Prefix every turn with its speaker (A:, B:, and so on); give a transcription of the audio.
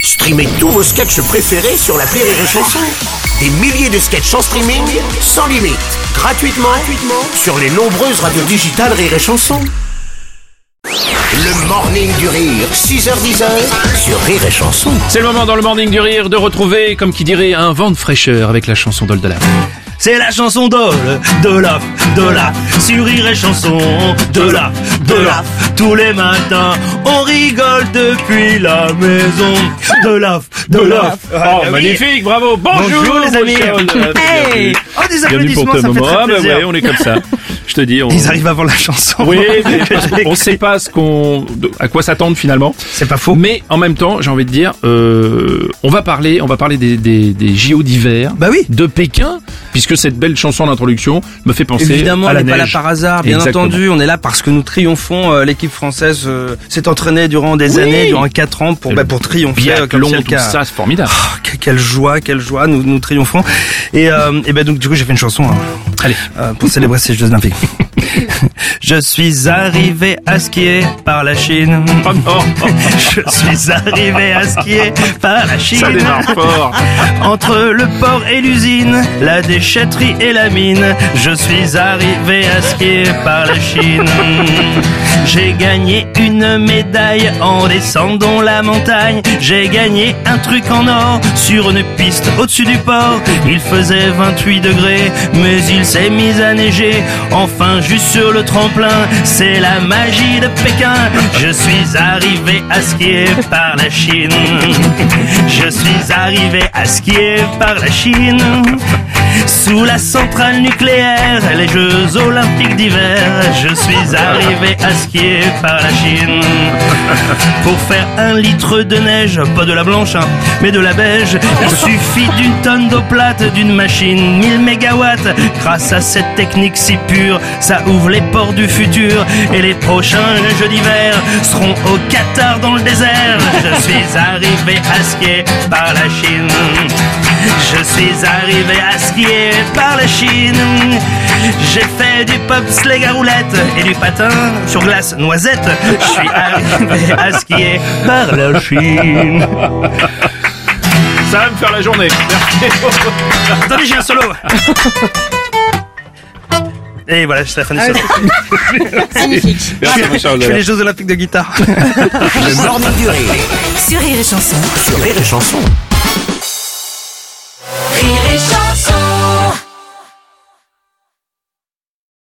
A: Streamez tous vos sketchs préférés sur la Rire et Chanson. Des milliers de sketchs en streaming, sans limite, gratuitement, gratuitement sur les nombreuses radios digitales Rire et Chanson. Le morning du rire, 6h10 sur Rire et Chanson.
B: C'est le moment dans le Morning du Rire de retrouver, comme qui dirait, un vent de fraîcheur avec la chanson d'Oldalaf.
C: C'est la chanson d'Ol, de l'af, de l'af, sur Rire et chanson, de l'af, de l'af, tous les matins, on rigole depuis la maison, de l'af, de l'af.
B: Oh, magnifique, bravo Bonjour,
C: Bonjour, les amis.
B: Michel.
C: Hey Oh, des
B: Bienvenue
C: applaudissements,
B: pour ce
C: ça me fait
B: moment.
C: très
B: Ah, bah
C: plaisir.
B: ouais, on est comme ça. Je te dis, on...
C: Ils arrivent avant la chanson.
B: Oui, mais on sait pas ce qu'on, à quoi s'attendre finalement.
C: C'est pas faux.
B: Mais en même temps, j'ai envie de dire, euh, on va parler, on va parler des, des, des JO d'hiver.
C: Bah oui.
B: De Pékin, puisque cette belle chanson d'introduction me fait penser
D: Évidemment,
B: à
D: on
B: la
D: n'est pas là
B: neige.
D: par hasard, bien
B: Exactement.
D: entendu. On est là parce que nous triomphons. Euh, L'équipe française euh, s'est entraînée durant des
B: Oui.
D: années, durant quatre ans, pour,
B: Et
D: bah,
B: le
D: pour triompher. euh,
B: Biathlon,
D: comme c'est le
B: tout
D: cas.
B: ça, c'est formidable.
D: Ah, que- quelle joie, quelle joie, nous, nous triomphons. Et, euh, et ben donc du coup j'ai fait une chanson hein,
B: Allez.
D: euh, pour célébrer ces Jeux Olympiques. Je suis arrivé à skier par la Chine.
B: Oh non,
D: Je suis arrivé à skier par la Chine.
B: ça démarre fort.
D: Entre le port et l'usine, la déchetterie et la mine, je suis arrivé à skier par la Chine. J'ai gagné une médaille en descendant la montagne. J'ai gagné un truc en or sur une piste au-dessus du port. Il faisait 28 degrés, mais il s'est mis à neiger. Enfin, juste sur le tremplin, c'est la magie de Pékin. Je suis arrivé à skier par la Chine. Je suis arrivé à skier par la Chine. Sous la centrale nucléaire, les Jeux Olympiques d'hiver, je suis arrivé à skier par la Chine. Pour faire un litre de neige, pas de la blanche, hein, mais de la beige, il suffit d'une tonne d'eau plate, d'une machine 1000 mégawatts. Grâce à cette technique si pure, ça ouvre les ports du futur et les prochains Jeux d'hiver seront au Qatar dans le désert. Je suis arrivé à skier par la Chine. Je suis arrivé à skier par la Chine. J'ai fait du bobsleigh à roulette et du patin sur glace noisette. Je suis arrivé à skier par la Chine.
B: Ça va me faire la journée.
D: Attendez, j'ai un solo. Et voilà, c'est la fin du solo.
E: Magnifique.
B: Merci, mon cher
D: Je fais les Jeux Olympiques de guitare.
A: Le morning du rire
E: Sur Rire et Chanson.
A: sur Rire et Chanson.